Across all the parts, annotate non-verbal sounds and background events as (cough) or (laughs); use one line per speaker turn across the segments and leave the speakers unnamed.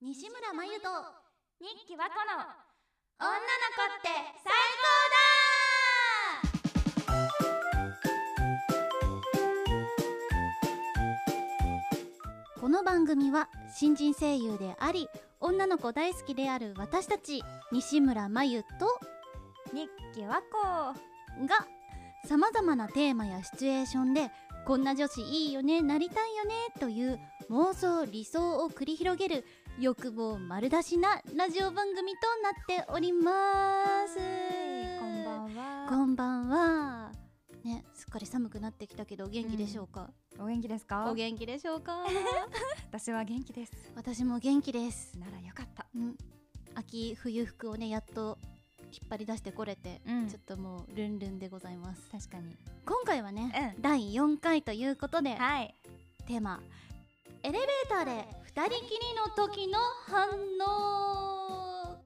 西村真由と
日記はこの
女の子って最高だこの番組は新人声優であり女の子大好きである私たち西村真由と
日記はこ
がさまざまなテーマやシチュエーションでこんな女子いいよねなりたいよねという妄想理想を繰り広げる欲望丸出しなラジオ番組となっております
こんばんは
こんばんはねすっかり寒くなってきたけどお元気でしょうか、
お元気ですか
お元気でしょうか
私は元気です
私も元気です、
ならよかった
うん、秋冬服をねやっと引っ張り出してこれて、
うん
ちょっともうルンルンでございます
確かに
今回はね、
う
第4回ということで、
はい
テーマ「エレベーターで2人きりの時の反応」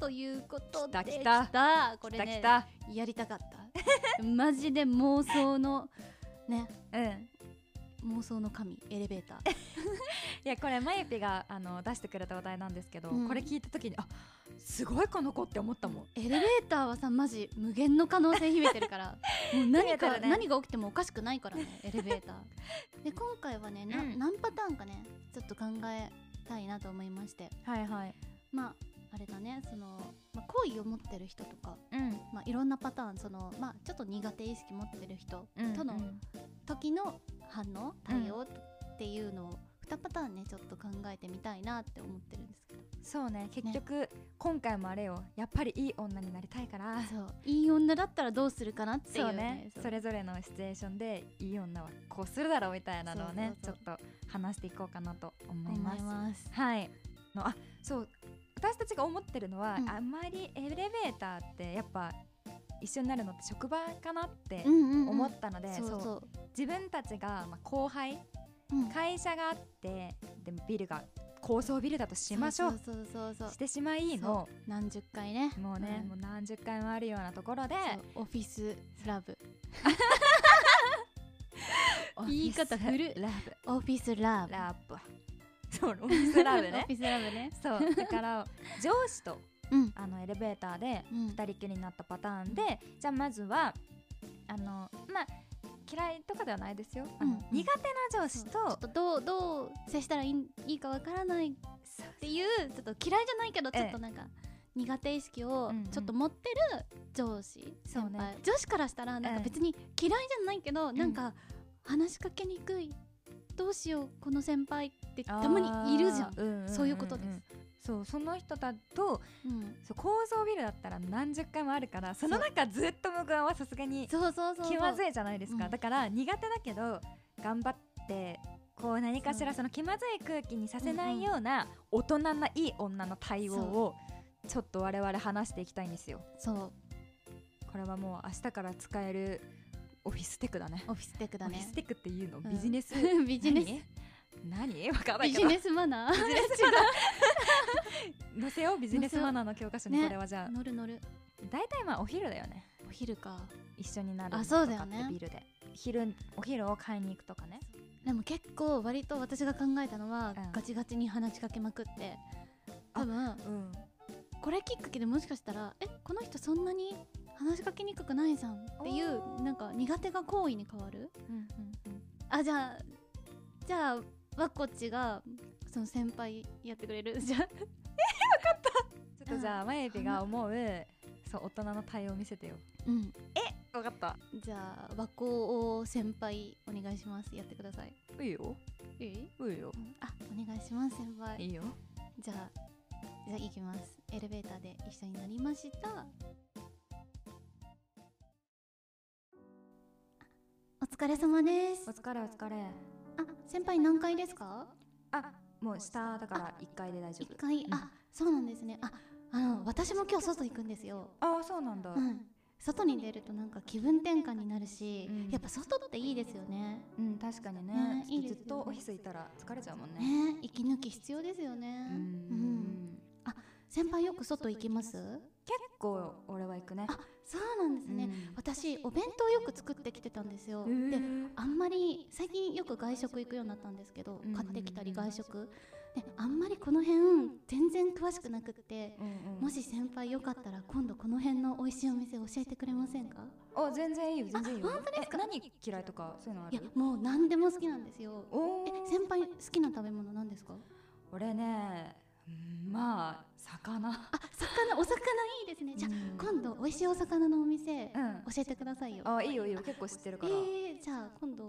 ということで
来た来
こ
来
れ
た
ね
来た
やりたかったマジで妄想のね
うん
妄想の神エレベーター
いやこれまゆぴがあの出してくれたお題なんですけど、
うん
これ聞いた時にあすごいこの子って思ったもん
エレベーターはさマジ無限の可能性秘めてるから
(laughs)
もう何
秘めて
か、
るね
何が起きてもおかしくないから
(laughs)
ねエレベーターで今回はねな、
うん
何パターンかねちょっと考えたいなと思いまして
はいはい
まああれだねその、まあ、好意を持ってる人とか、
うん
まあ、いろんなパターンその、まあ、ちょっと苦手意識持ってる人
うん
との
うん
時の反応対応っていうのを2パターンねちょっと考えてみたいなって思ってるんですけど
そうね結局今回もあれよやっぱりいい女になりたいから
そういい女だったらどうするかなってい
そううね
ね
それぞれのシチュエーションでいい女はこうするだろうみたいなのをね
そうそう
ちょっと話していこうかなと思
思
い
い
ま
ますす
はいのあそう私たちが思ってるのは、
うん
あんまりエレベーターってやっぱ一緒になるのって職場かなって
うんうんうん
思ったので、
そうそう
そう自分たちが、まあ、後輩
うん
会社があってでビルが高層ビルだとしましょう
そうそうそうそうそう
してしまいの
何十回ね
もうね、
ん
もう何十回もあるようなところで
そうオフィスラブ
オフ
言
ィ
い
ス
方古い
ラブ
オフィスラブ
ラブそうオフィスラ
(laughs)
ブ
オ
ね
フィスラブね
そうだから上司と
うん
あのエレベーターで
うん
2人きりになったパターンでじゃあまずはあのまあ嫌いとかではないですよ、あ
うん
の
うん
苦手な上司
そう
と
ちょっとどうどう接したらいいいいかわからないっ
そう
ていうちょっと嫌いじゃないけど
ええ
ちょっとなんか苦手意識を
うんうん
ちょっと持ってる上司
そう
先
ね
輩女子からしたらなん
え
か
え
別に嫌いじゃないけどなんか話しかけにくいどうしようこの先輩ってたまにいるじゃん
あーうう
そういうことです
そうその人だと
うん
そう構造ビルだったら何十回もあるからその中ずっと向こうはさすがに
そうそうそうそう
気まずいじゃないですか、
うん
だから苦手だけど頑張ってこう何かしらその気まずい空気にさせないような大人ないい女の対応をちょっと我々話していきたいんですよ
そう
これはもう明日から使えるオフィステクだね
オフィステックだ
オフィ
ね
ステクっていうの
うん
ビジネス、
(laughs) ビジネス
何何わかんない
ビ
け
ジ
ど
ネスマナー
載せようビジネスマナーの教科書に
ね
これは
(laughs)
じゃあ、
乗る乗る
大体まあお昼だよね
お昼か
一緒になる
あ
の
そう
と
だ
か
よね
ってビルで、昼お昼を買いに行くとかね
でも結構割と私が考えたのは
うん
ガチガチに話しかけまくって
あ
多分
うん
これきっかけでもしかしたらえこの人そんなに話しかけにくくないじゃんってい
おー
うなんか苦手が好意に変わる
うんうん
あじゃあじゃあわっこっちがその先輩やってくれるじゃあ
ちょっとじゃあ、まゆぴが思う、そう、大人の対応を見せてよ。
うん
わかった。
じゃあ和光を先輩お願いしますやってください
いいよ。
いい
いいよ。
あお願いします先輩
いいよ。
じゃあじゃあ行きますエレベーターで一緒になりましたお疲れ様です
お疲れ、お疲れ。
あ先輩何階ですか
あ、もう下だから一階で大丈
一
夫。
階
うん
あそうなんですねああの私も今日外行くんですよ
ああ、そうなんだ。
う
うん、
ん外に出るとなんか気分転換になるし、
うん
やっぱ外っていいですよね
確かにね
ね。
ちょ
い
っ
い
と
ですよ
ず
ね
っとオフィスいたら疲れちゃうもんね。
ね息抜き必要ですよね
う
うんん先輩よく外行きます
結構俺は行くね。
あそうなんですね、
うん
私お弁当よく作ってきてたんですよ、
へ
で
ー
あんまり最近よく外食行くようになったんですけど、
うん
買ってきたり外食であんまりこの辺全然詳しくなくって
うんうん
もし先輩よかったら今度この辺の美味しいお店教えてくれませんか
あ全然いいよ全然いいよ
あ本当ですか
え何嫌いとかそういうのあ
いや
る
もう何でも好きなんですよ
お
え
ー
先輩好きな食べ物何ですか
俺ねうんまあ魚
あ魚お魚いいですねじゃあ
うん
今度美味しいお魚のお店教
うん
えてくださいよ
あいいよいいよ結構知ってる
え
から、
ーじゃあ今度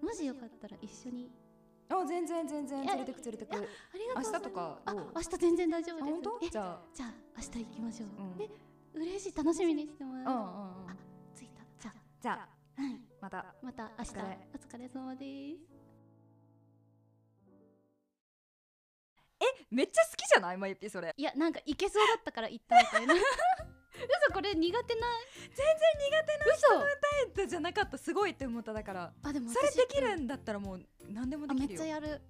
もしよかったら一緒に
あ全然全然連れてく連れてく
ありがと
明
うご
日
ざいま
と
す
か
あ
どう
明日全然大丈
あ
夫
本
です
当
え
じゃあ
じゃあ明日行きましょう、
うん
え嬉しい楽しみにしてます、
うんうんうん
あ着いたじゃ
じゃ
あはい
あまた
また明日
お疲れ
お疲れ様です
めっちゃ好きじゃないマユピそれ
いやなんかいけそうだったから行ったみたい
(laughs)
な嘘これ苦手な全然苦手な
じゃなかったすごいって思っただから
嘘あでも私
それできるんだったらもう何でも
あ
で
め
き
っ
る
ちゃ
よ
やる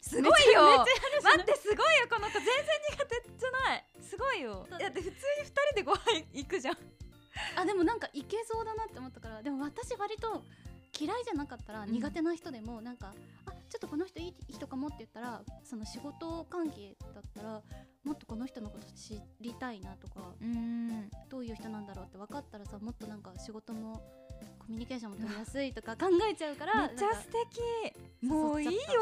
すごいよ
め
待ってすごいよこの子全然苦手じゃないすごいよだって普通に二人でご飯行くじゃん
あでもなんかいけそうだなって思ったからでも私割と嫌いじゃなかったら
うん
苦手な人でもなんか、あちょっとこの人いい人かもって言ったらその仕事関係だったらもっとこの人のこと知りたいなとか
うん
どういう人なんだろうって分かったらさもっとなんか仕事もコミュニケーションも取りやすいとか考えちゃうから
めっちゃ
なんか
素敵もういい女だ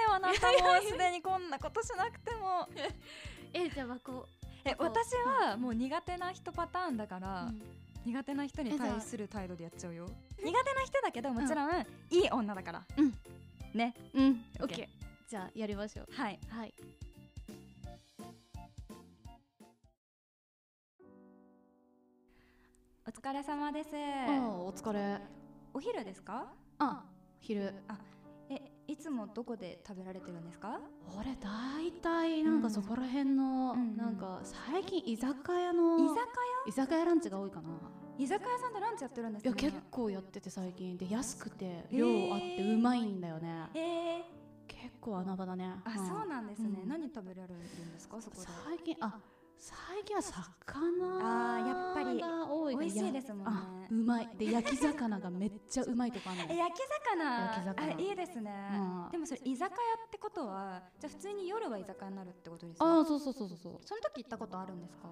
よあなた (laughs) もうすでにこんなことしなくても
えじゃあ和光
え私はもう苦手な人パターンだから、
うん
苦手な人に
えじゃあ
対する態度でやっちゃうよ苦手な人だけどもちろん、いい女だから
うん
オ
オッ
ッケー
ケーじゃあやりましょう
はい
はい
お疲れ様です
お疲れ
お昼ですか
あ昼
えいつもどこで食べられてるんですか
俺大体なん
う
か
ん
そこら辺の、
うんうん
なんか最近居酒屋の
居酒屋
居酒屋ランチが多いかな
居酒屋さんでランチやってるんです
いや結
ね
構やってて最近で安くて
ー
量あってうまいんだよね、
えー、
結構穴場だね
あ、そうなんですね、
うん
何食べられるんですかそこで
最近あ最近は
あーやっぱり
魚が多いから
美味しいですもんね
あうまいで焼き魚がめっちゃうまいとかあんの
え焼き魚
焼き魚
あいいですね、
うん
でもそれ居酒屋ってことはじゃあ普通に夜は居酒屋になるってことです
あ
か
あそうそうそうそうそう
その時行ったことあるんですか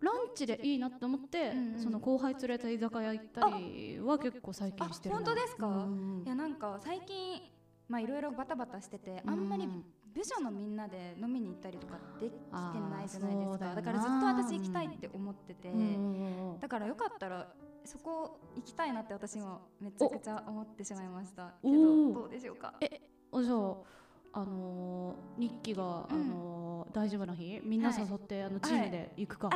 ランチでいいなって思って、
うんうん
その後輩連れて居酒屋行ったりは結構最近してるな
あ本当ですか
うん
いやなんか最近まあいろいろバタバタしててあんまり
う
部署のみんなで飲みに行ったりとかできてないじゃない
あー
で
そ
す
うだ
か
よな
だからずっと私行きたいって思ってて、
うんうんうん
だからよかったらそこ行きたいなって私もめちゃくちゃ思ってしまいましたけ
お
ど
お
どうでしょうか
えおじゃああのー、日記が、
うん
あのー大丈夫な日みんな
はい
誘って、あのチームで行くか、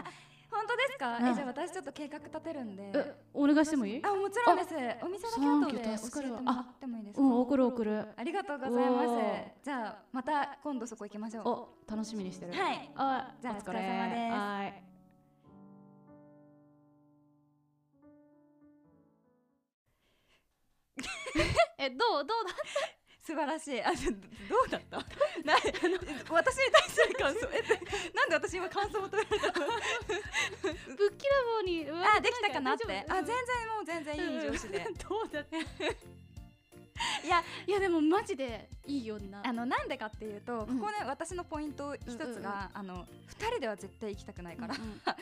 本当ですか、
う
え
ん
じゃあ私ちょっと計画立てるんで
えお願いしてもいい
あもちろんですお店だけ後で
サンキュー
教
助か
えて
るわ
もらってもいいですか、
うん送る送る
ありがとうございます
おー
じゃあまた今度そこ行きましょう
お楽しみにしてる
はい
あ
じゃあ
お疲れ
お疲れ様です
はい
えどうどう
(laughs)
だ
素晴らしいあちょどうだったな (laughs) 私に対する感想 (laughs) えなんで私今感想求められたの
ぶっきらぼうにうわ
あできたかなって
大
あ
丈
全然もう全然いい上
(laughs)
司で
夫どうだね
いや
いやでもマジでいい女
(laughs) あのなんでかっていうとここ
ん
ね、私のポイント一つが、
うんうんうん
あの二人では絶対行きたくないから、
うんうん
だ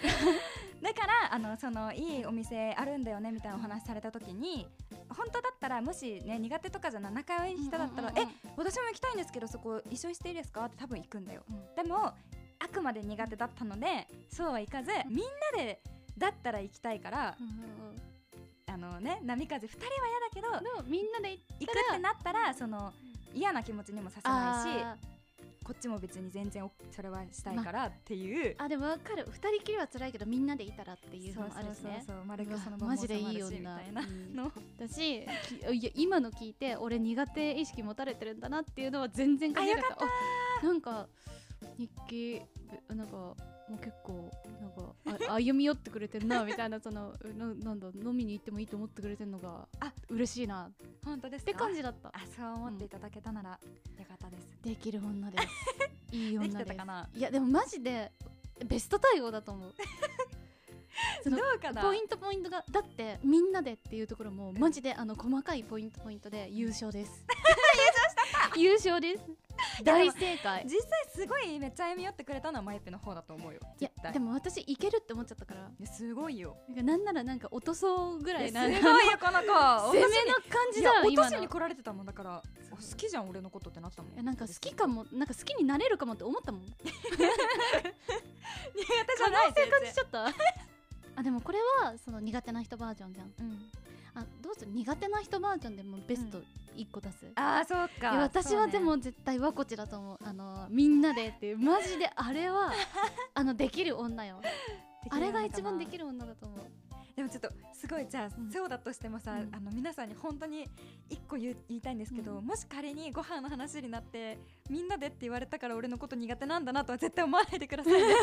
からあのそのいいお店あるんだよねみたいなお話された時に本当だったらもしね苦手とかじゃな仲良い人だったら、
うんうんうん
え私も行きたいんですけどそこ一緒にしていいですかって多分行くんだよ、
うん
でもあくまで苦手だったのでそうはいかずみんなでだったら行きたいから、
うんうんうん
あのね波風2人は嫌だけど
でもみんなで行っ
行くってなったらその嫌な気持ちにもさせ
た
ないし
ら
こっちも別に全然おそれはしたいからっていう、
あでも分かる二人きりは辛いけどみんなでいたらっていうのもあるしね
そうそうそうそう丸
う
く
わ
そのまま
マジでいい
収まる
女
しみたいな
うん
の
だしきいや今の聞いて俺苦手意識持たれてるんだなっていうのは全然感じなかったあなんか日記ぶなんかもう結構なんかあ歩み寄ってくれてんなみた (laughs) いなそのうななんだ飲みに行ってもいいと思ってくれてんのが
あ
嬉しいな
本当です
っ
か
て感じだった
あそう思っていただけたならよかったです、
できる女ですいい
でき
女
て
で
たか
す
ない
やでもマジでベスト対応だと思うそ
ど
の
うかな
ポイントポイントがだってみんなでっていうところ (laughs)
(laughs)
もマジであの細かいポイントポイントで優勝です優勝です大正解
実際すごいめっちゃ歩み寄ってくれたのはマイペの方だと思うよ
いや
絶対
でも私いけるって思っちゃったから
いやすごいよ
なんかなんならなんか落とそうぐらい
す
な
ごい
(laughs)
よこの子
攻 (laughs)
攻
めの感じだわ
落と
今
しに
の
来られてたもんだからお好きじゃん俺のことってなったも
え
ん
なんか好きかもなんか好きになれるかもって思ったもん
苦手じゃない全
感
然
じちゃった (laughs) あでもこれはその苦手な人バージョンじゃん
うん
あどうする苦手な人バージョンでもベスト1個出す、い
ああそうか
や私はで
そうね
も絶対わこちだと思うあのみんなでっていうマジであれは (laughs) あのできる女よ
でき
あ
るの
れ
かな
が一番できる女だと思う
でもちょっとすごいじゃあ、
うん
そうだとしてもさ、
うん
あの皆さんに本当に一個言う言いたいんですけど、
うん
もし仮にご飯の話になってみんなでって言われたから俺のこと苦手なんだなとは絶対思わないでくだ (laughs) さいね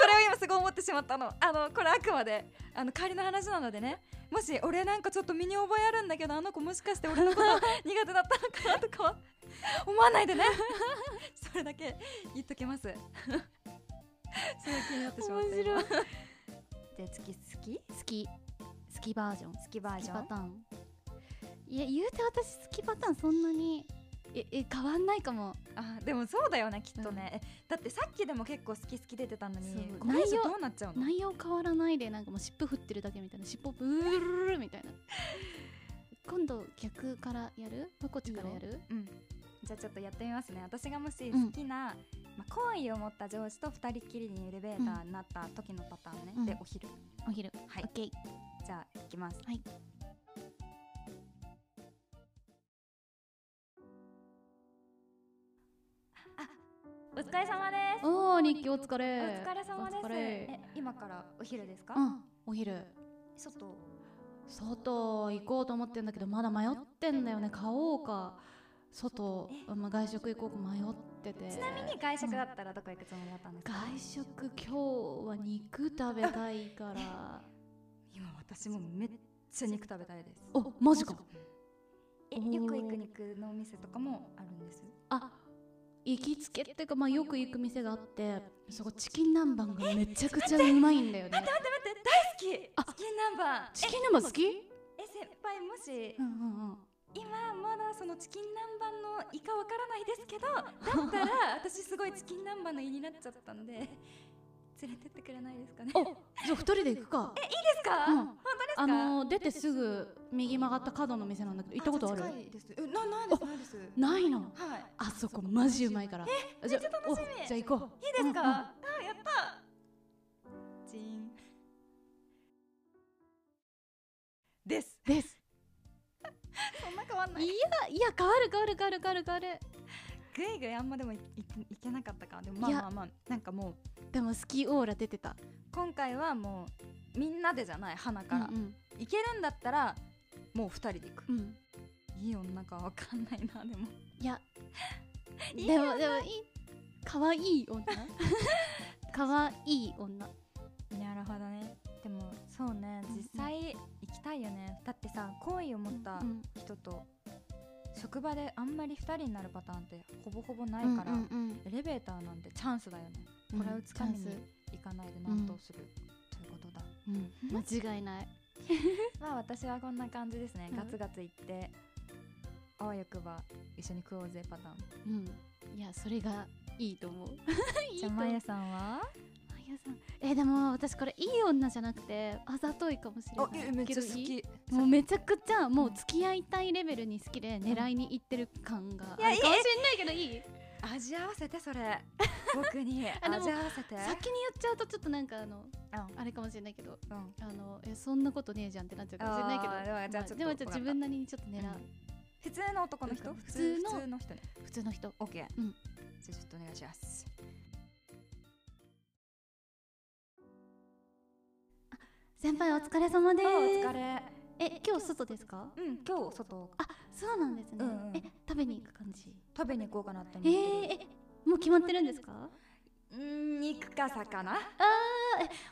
それを今すごい思ってしまったのあのこれあくまであの仮の話なのでねもし俺なんかちょっと身に覚えあるんだけどあの子もしかして俺のこと苦手だったのかなとかは (laughs) 思わない (laughs) でねそれだけ言っときますすごい気になってしまった今
面
で次好き
好き好きバージョン好
好きバー
き
ジョ
パ
ン
ターンいや言うて私好きパターンそんなにええ変わんないかも
あでもそうだよねきっとね、えだってさっきでも結構好き好き出てたのに
そう
これ以上
内容
どうなっちゃうの
内容変わらないでなんかもう尻尾振ってるだけみたいな尻尾ブルルルルみたいな今度逆からやるまこっちからやる
うんじゃあちょっとやってみますね私がもし
ん
好きな、まあ、好意を持った上司と二人きりにエレベーターになった時のパターンね、
うん
でお昼
お昼
はい
オッケー
じゃあいきます
はい
あお疲れ様です
おーリッキーお疲
お
れ
疲れ様です
お疲
え
れ
今からお昼ですか、
うんお昼
外
外行こうと思ってんだけどまだ迷ってんだよね買おうか外、まあ、外食行こうか迷ってて
ちなみに外食だったらどこ行くつもりだったんですか、
外食今日は肉食べたい
(laughs)
から
今私もめっちゃ肉食べたいです
おマジか
え
おー
よく行く肉のお店とかもあるんです
あ行きつけっていうか、まあ、よく行く店があってそこチキン南蛮がめちゃくちゃうまいんだよね
待って大
あ
好きチキン南蛮
チキン南蛮好き
え先輩もし
うんうんうん
今まだそのチキン南蛮の胃かわからないですけどだったら私すごいチキン南蛮の胃になっちゃったん
(laughs)
で連れてってくれないですかねいい
おじゃあ二人で行くか
ですか、
うん
本当ですか
あのー出てすぐ右曲がった角の店なんだけど行ったことある
近いですえなないですないです
ないの
はい
あそこマジうまいからえじゃ
めっちゃ楽しみ
おじゃあ行こう
いいですか、
うんうん
あやったチーンです
です
そんな変わんない
いやいや変わる変わる変わる変わる変わる
ぐいぐいあんまでもいいいけなかったかでもまあ
いや
まあまあなんかもう
でも好きオーラ出てた
今回はもうみんなでじゃない花から、
うん
いけるんだったらもう二人で行く
うん、うん、
いい女かわかんないなでも
いや
いい
でもでもいい可愛い (laughs) 女可愛い女
なるほどねでもそうね
うんうん
実際行きたいよねだってさ好意を持った
うん
人と職場であんまり二人になるパターンってほぼほぼない
うん
から、
うんうん
エレベーターなんてチャンスだよね
うん
これをつかみに
チャン
行かないで何とする、ということだ
うん、間違いない
まあ私はこんな感じですね、
うん
ガツガツ行ってあわよくば一緒に食おうぜパターン
うんいやそれがいいと思ういい
じ
と
ゃあま
思うマ
や
ヤ
さんは
さんえでも私これいい女じゃなくてあざといかもしれないけどいいもうめちゃくちゃもう付き合いたいレベルに好きで狙いに行ってる感が
いや
あるかもしれないけどいい
味合わせてそ
(laughs)
れ僕に
あでも
味合わせて
先に言っちゃうとちょっとなんかあの
う
あれかもしれないけど
んうん
あのえそんなことねえじゃんってなっちゃうかもしれないけど
あーでもじゃあちょっと
でもちょっと自分なりにちょっと狙う、
普通の男の人
うん
普通
普通の
普通の人ね
普通の人
OK じゃ
うん
あちょっとお願いします
先輩お疲れ様で
お
す
疲れ
え今日外ですか
うん今日外
あそうなんですね、
うんうん
え食べに行く感じ
食べに行こうかなって
え
思っ
ー
てる、
えもう決まってるんですか
うん肉か魚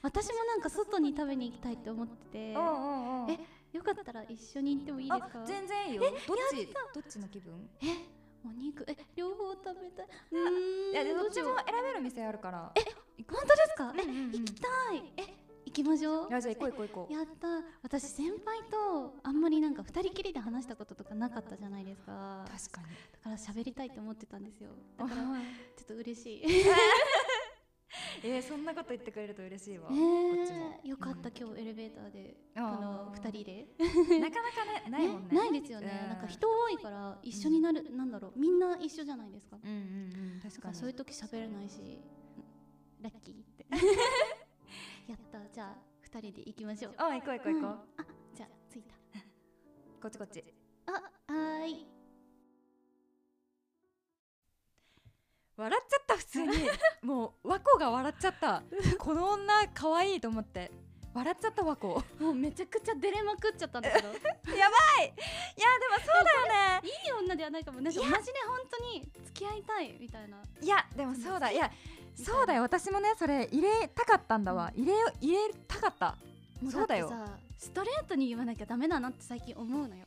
私もなんか外に食べに行きたいって思ってて
おうんうんうん
えよかったら一緒に行ってもいいですか
あ全然いいよどっちどっちの気分
えお肉え両方食べたいうーん
いやでどっちも
うしよう
選べる店あるから
本当ですか、
うんうんうん
え行きたいえ行
きましょう
あじゃあ行こう行こう行こう
やった私先輩とあんまりなんか2人きりで話したこととかなかったじゃないですかだ
確かに
から喋りたいと思ってたんですよだ
だ
か
からら
ちょっと嬉しい
(laughs) えー、そんなこと言ってくれると嬉しいわ、こっちも
ねえよかった今日エレベーターで
あ
あ
ー
の2人で
なかなかねないもんね
ないですよね
うん
なんか人多いから一緒になるなんだろうみんな一緒じゃないですか
うんうんうん確
だ
か
から
に
そういう時喋れないしラッキーって
(laughs)
やったじゃあ2人で行きましょう
あ行こう行こう行こう、
あじゃあ着いた
こっちこっち
あはーい
笑っちゃった普通 (laughs) にもう和子が笑っちゃったこの女可愛いと思って笑っちゃった和子いや
もうめちゃくちゃ出れまくっちゃったんだ
(laughs)
けどい
でもそうだよね
い女ではないかもなんかマジで本当に付き合いたいみたいない
やでもそうだいやそうだよ私もねそれ入れたかったんだわ入れよ入れたかった
も
そうだよ
ってさストレートに言わなきゃダメだなって最近思う
(laughs)
のよ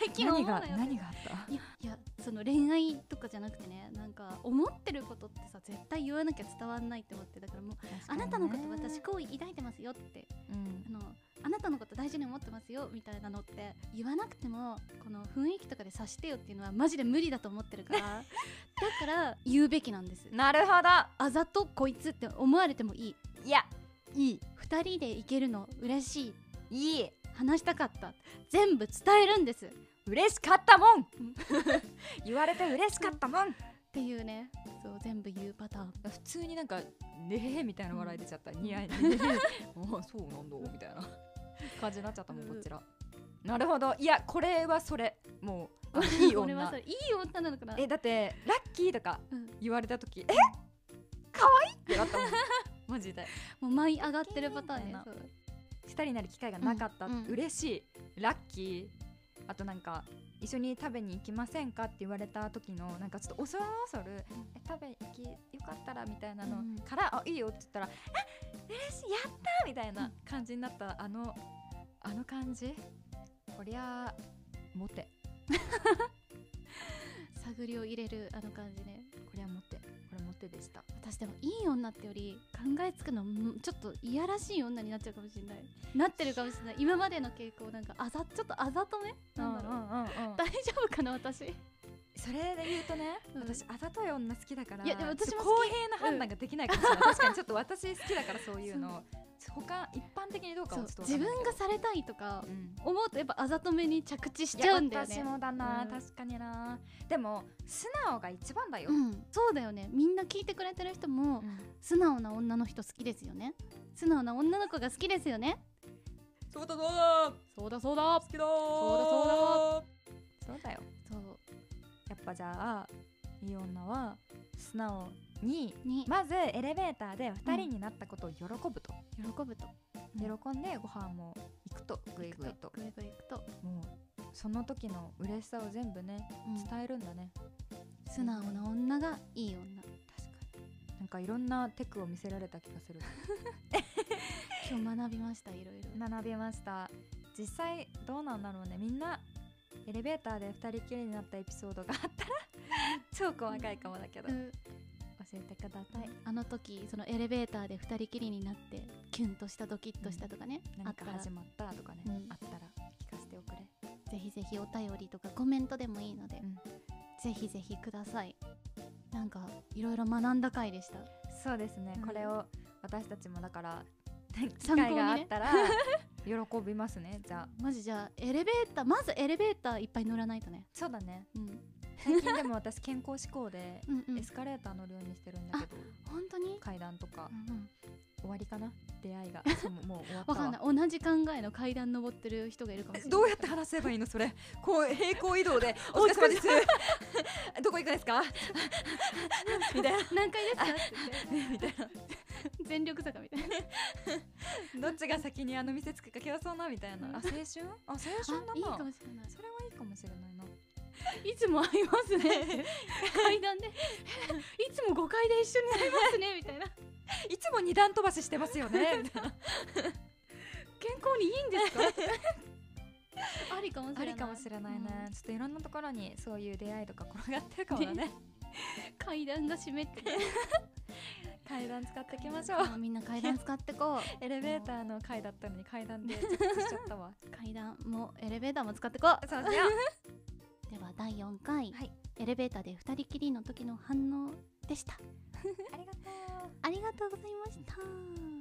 最近思う
何
のよ
が何があった
いやいやその恋愛とかじゃなくてねなんか思ってることってさ絶対言わなきゃ伝わんないって思ってだからもうあなたのこと私好意抱いてますよって
うん
あのあなたのこと大事に思ってますよみたいなのって言わなくてもこの雰囲気とかで察してよっていうのはマジで無理だと思ってるから
(laughs)
だから言うべきなんです
なるほ
あざとこいつって思われてもいい
どいやいい
2人で行けるの嬉しい
いい
話したかった全部伝えるんですっ
嬉しかったもん
うん
(laughs) 言われて嬉しかったもん
ていうねそう全部言うパターン
普通になんか「ねえ」みたいな笑い出ちゃった似合い (laughs) ねあそうなんだみたいな感じになっちゃったもんこちらなるほどいやこれはそれもう (laughs) あのいい
俺は
女
それいい女なのかな
えだってラッキーとか
うん
言われた時「え可愛いってな (laughs) ったもんマジで
もう舞い上がってるパターン
イケメン
ね
みたい
そ
な
う
二人になる機会がなかった、
うんうん
嬉しいラッキーあとなんか一緒に食べに行きませんかって言われた時のなんかちょっと恐る恐る、え食べ行きよかったらみたいなの
うん
から、あいいよって言ったらあ嬉しいやったみたいな感じになったあのあの感じこりゃモテ
探りを入れるあの感じね
こりゃモテこれモテでした
私でもいい女ってより考えつくのんちょっといやらしい女になっちゃうかもしれないなってるかもしれない今までの傾向なんかあざちょっとあざとめなんだろう、
うんうんう
(laughs)
ん
大丈夫かな私い
それで言うとね、
うん
私あざとい女好きだから
いやでも私も
ちょっと
好
公
き
平な判断ができないかもしれない、確かにちょっと私好きだからそうい
(laughs)
うの他一般的にどうか
そ
は
う
ちょっと
自
わかんない
分がされたいとか
けどうん
思うとやっぱあざとめに着地しちゃうんだよ
いや
ね
私もだな、
うん
確かになでも素直が一番だよ、
うん、そうだよねみんな聞いてくれてる人も素直な女の人好きですよね素直な女の子が好きですよね
そうだそうだ
そうだそうだ
好きだそ
だそ
うだそうだよ
そう
やっぱじゃあいい女は素直に
に、
まずエレベーターで二人になったことを喜ぶと、
喜ぶと
喜んでご飯も行くとぐいぐいと
グイグイ行くと、
もうその時の嬉しさを全部ね
うん
伝えるんだね、
素直な女がいい女
確かになんかいろんなテクを見せられた気がする
今日学びましたいろいろ
(laughs) 学びました実際どうなんだろうねみんなエレベーターで2人きりになったエピソードがあったら (laughs) 超細かいかもだけど、
うん
教えてください
あの時そのエレベーターで2人きりになってキュンとしたドキッとしたとかね、あ
何
っ
か
たら
始まったとかね、
うん
あったら聞かせておくれ
ぜひぜひお便りとかコメントでもいいので、
うん
ぜひぜひくださいなんかいろいろ学んだ回でした
そうですね、
うん
これを私たちもだから機
参考にね
会があった (laughs) ら喜びますねじゃあ
マジじゃあエレベーターまずエレベーターいっぱい乗らないとね、
そうだね
うん、
最近でも私健康志向で
うんうん
エスカレーター乗るようにしてるんだけど、
本当に、
階段とか
うんうん
終わりかな出会い (laughs) がそうもうもう終わった
わ
わ
かんない同じ考えの階段登ってる人
(laughs)
がいるかもしれない
どうやって話せばいいのそれこう平行移 (laughs) 動でお疲れ様ですどこ行くんです (laughs) かみたいな
何階ですかって言って全力坂みたいな
どっちが先にあの店つくか競争なみたいなあ青春あ青春だ
あいい
な
かもしれない
それはいいかもしれないない
つも会いますね (laughs) 階段で (laughs) いつも5階で一緒になりますねみたいない
つも二段飛ばししてますよ (laughs) ねみたいな
健康にいいんですかありかもしれな
あ
い
りかもしれないね、ちょっといろんなところにそういう出会いとか転がってるかもだね
うん階段が湿ってる
階段使っていきましょう
あみんな階段使ってこう
(laughs) エレベーターの階だったのに階段で着地しちゃったわ
階段もエレベーターも使ってこ
(laughs)
う
そうしよう
では第4回、
はい
エレベーターで2人きりの時の反応でした
ありがとう (laughs)
ありがとうございました